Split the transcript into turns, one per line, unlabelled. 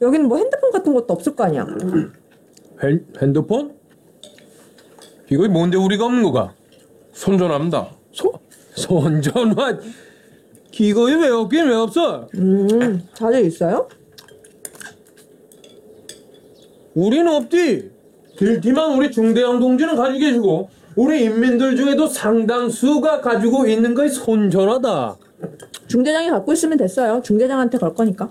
여기는 뭐 핸드폰 같은 것도 없을 거 아니야.
핸, 핸드폰? 이거 뭔데 우리가 없는 거가?
손전합니다.
소, 손전화 이거에 왜 없긴 왜 없어?
음, 다들 있어요?
우리는 없디 길티만 우리 중대형 동지는 가지고 계시고 우리 인민들 중에도 상당수가 가지고 있는 거의 손전화다
중대장이 갖고 있으면 됐어요. 중대장한테 걸 거니까.